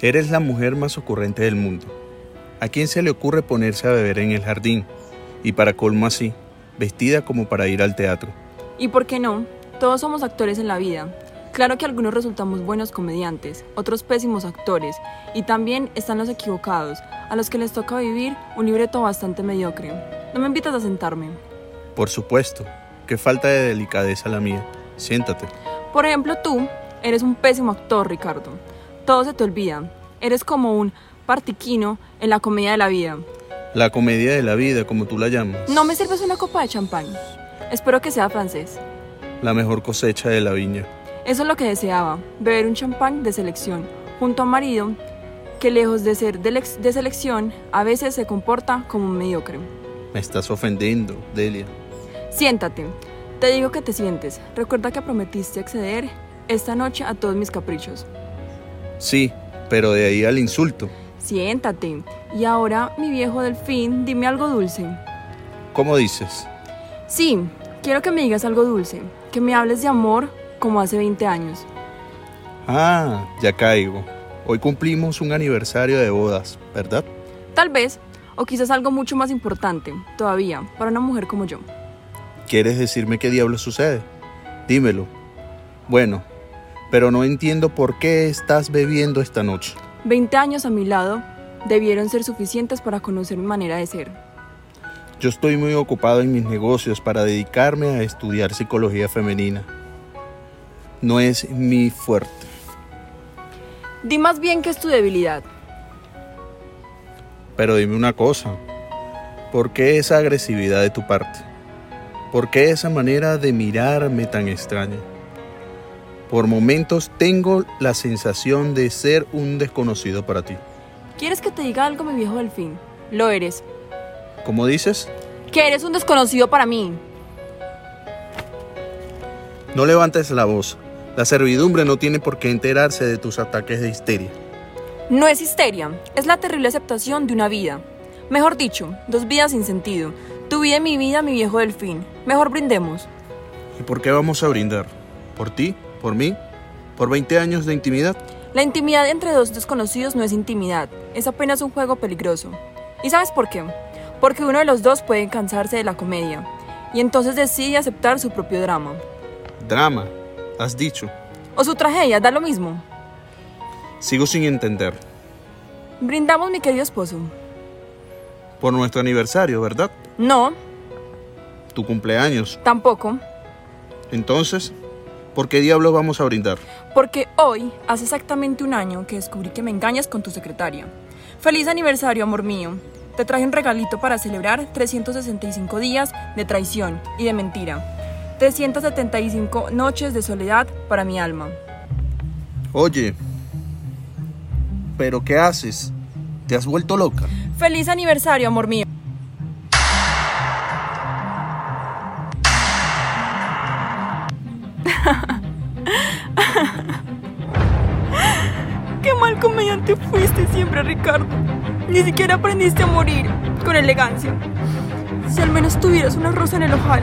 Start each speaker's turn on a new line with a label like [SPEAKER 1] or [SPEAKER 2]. [SPEAKER 1] Eres la mujer más ocurrente del mundo. ¿A quién se le ocurre ponerse a beber en el jardín? Y para colmo así, vestida como para ir al teatro.
[SPEAKER 2] ¿Y por qué no? Todos somos actores en la vida. Claro que algunos resultamos buenos comediantes, otros pésimos actores, y también están los equivocados, a los que les toca vivir un libreto bastante mediocre. No me invitas a sentarme.
[SPEAKER 1] Por supuesto, qué falta de delicadeza la mía. Siéntate.
[SPEAKER 2] Por ejemplo, tú eres un pésimo actor, Ricardo. Todo se te olvida. Eres como un partiquino en la comedia de la vida.
[SPEAKER 1] La comedia de la vida, como tú la llamas.
[SPEAKER 2] No me sirves una copa de champán. Espero que sea francés.
[SPEAKER 1] La mejor cosecha de la viña.
[SPEAKER 2] Eso es lo que deseaba, beber un champán de selección, junto a un marido que lejos de ser de, de selección, a veces se comporta como un mediocre.
[SPEAKER 1] Me estás ofendiendo, Delia.
[SPEAKER 2] Siéntate. Te digo que te sientes. Recuerda que prometiste acceder esta noche a todos mis caprichos.
[SPEAKER 1] Sí, pero de ahí al insulto.
[SPEAKER 2] Siéntate. Y ahora, mi viejo delfín, dime algo dulce.
[SPEAKER 1] ¿Cómo dices?
[SPEAKER 2] Sí, quiero que me digas algo dulce, que me hables de amor como hace 20 años.
[SPEAKER 1] Ah, ya caigo. Hoy cumplimos un aniversario de bodas, ¿verdad?
[SPEAKER 2] Tal vez, o quizás algo mucho más importante, todavía, para una mujer como yo.
[SPEAKER 1] ¿Quieres decirme qué diablo sucede? Dímelo. Bueno, pero no entiendo por qué estás bebiendo esta noche.
[SPEAKER 2] 20 años a mi lado debieron ser suficientes para conocer mi manera de ser.
[SPEAKER 1] Yo estoy muy ocupado en mis negocios para dedicarme a estudiar psicología femenina. No es mi fuerte.
[SPEAKER 2] Di más bien que es tu debilidad.
[SPEAKER 1] Pero dime una cosa. ¿Por qué esa agresividad de tu parte? ¿Por qué esa manera de mirarme tan extraña? Por momentos tengo la sensación de ser un desconocido para ti.
[SPEAKER 2] ¿Quieres que te diga algo, mi viejo delfín? Lo eres.
[SPEAKER 1] ¿Cómo dices?
[SPEAKER 2] Que eres un desconocido para mí.
[SPEAKER 1] No levantes la voz. La servidumbre no tiene por qué enterarse de tus ataques de histeria.
[SPEAKER 2] No es histeria, es la terrible aceptación de una vida. Mejor dicho, dos vidas sin sentido. Tu vida y mi vida, mi viejo delfín. Mejor brindemos.
[SPEAKER 1] ¿Y por qué vamos a brindar? ¿Por ti? ¿Por mí? ¿Por 20 años de intimidad?
[SPEAKER 2] La intimidad entre dos desconocidos no es intimidad, es apenas un juego peligroso. ¿Y sabes por qué? Porque uno de los dos puede cansarse de la comedia y entonces decide aceptar su propio drama.
[SPEAKER 1] ¿Drama? ¿Has dicho?
[SPEAKER 2] ¿O su tragedia? ¿Da lo mismo?
[SPEAKER 1] Sigo sin entender.
[SPEAKER 2] Brindamos, mi querido esposo.
[SPEAKER 1] Por nuestro aniversario, ¿verdad?
[SPEAKER 2] No,
[SPEAKER 1] Tu cumpleaños.
[SPEAKER 2] tampoco,
[SPEAKER 1] Entonces, ¿por qué diablos vamos a brindar?
[SPEAKER 2] porque hoy hace exactamente un año que descubrí que me engañas con tu secretaria. Feliz aniversario, amor mío. Te traje un regalito para celebrar 365 días de traición y de mentira. 375 noches de soledad para mi alma.
[SPEAKER 1] Oye, ¿pero qué haces? ¿Te has vuelto loca?
[SPEAKER 2] Feliz aniversario, amor mío. Qué mal comediante fuiste siempre, Ricardo. Ni siquiera aprendiste a morir con elegancia. Si al menos tuvieras una rosa en el ojal.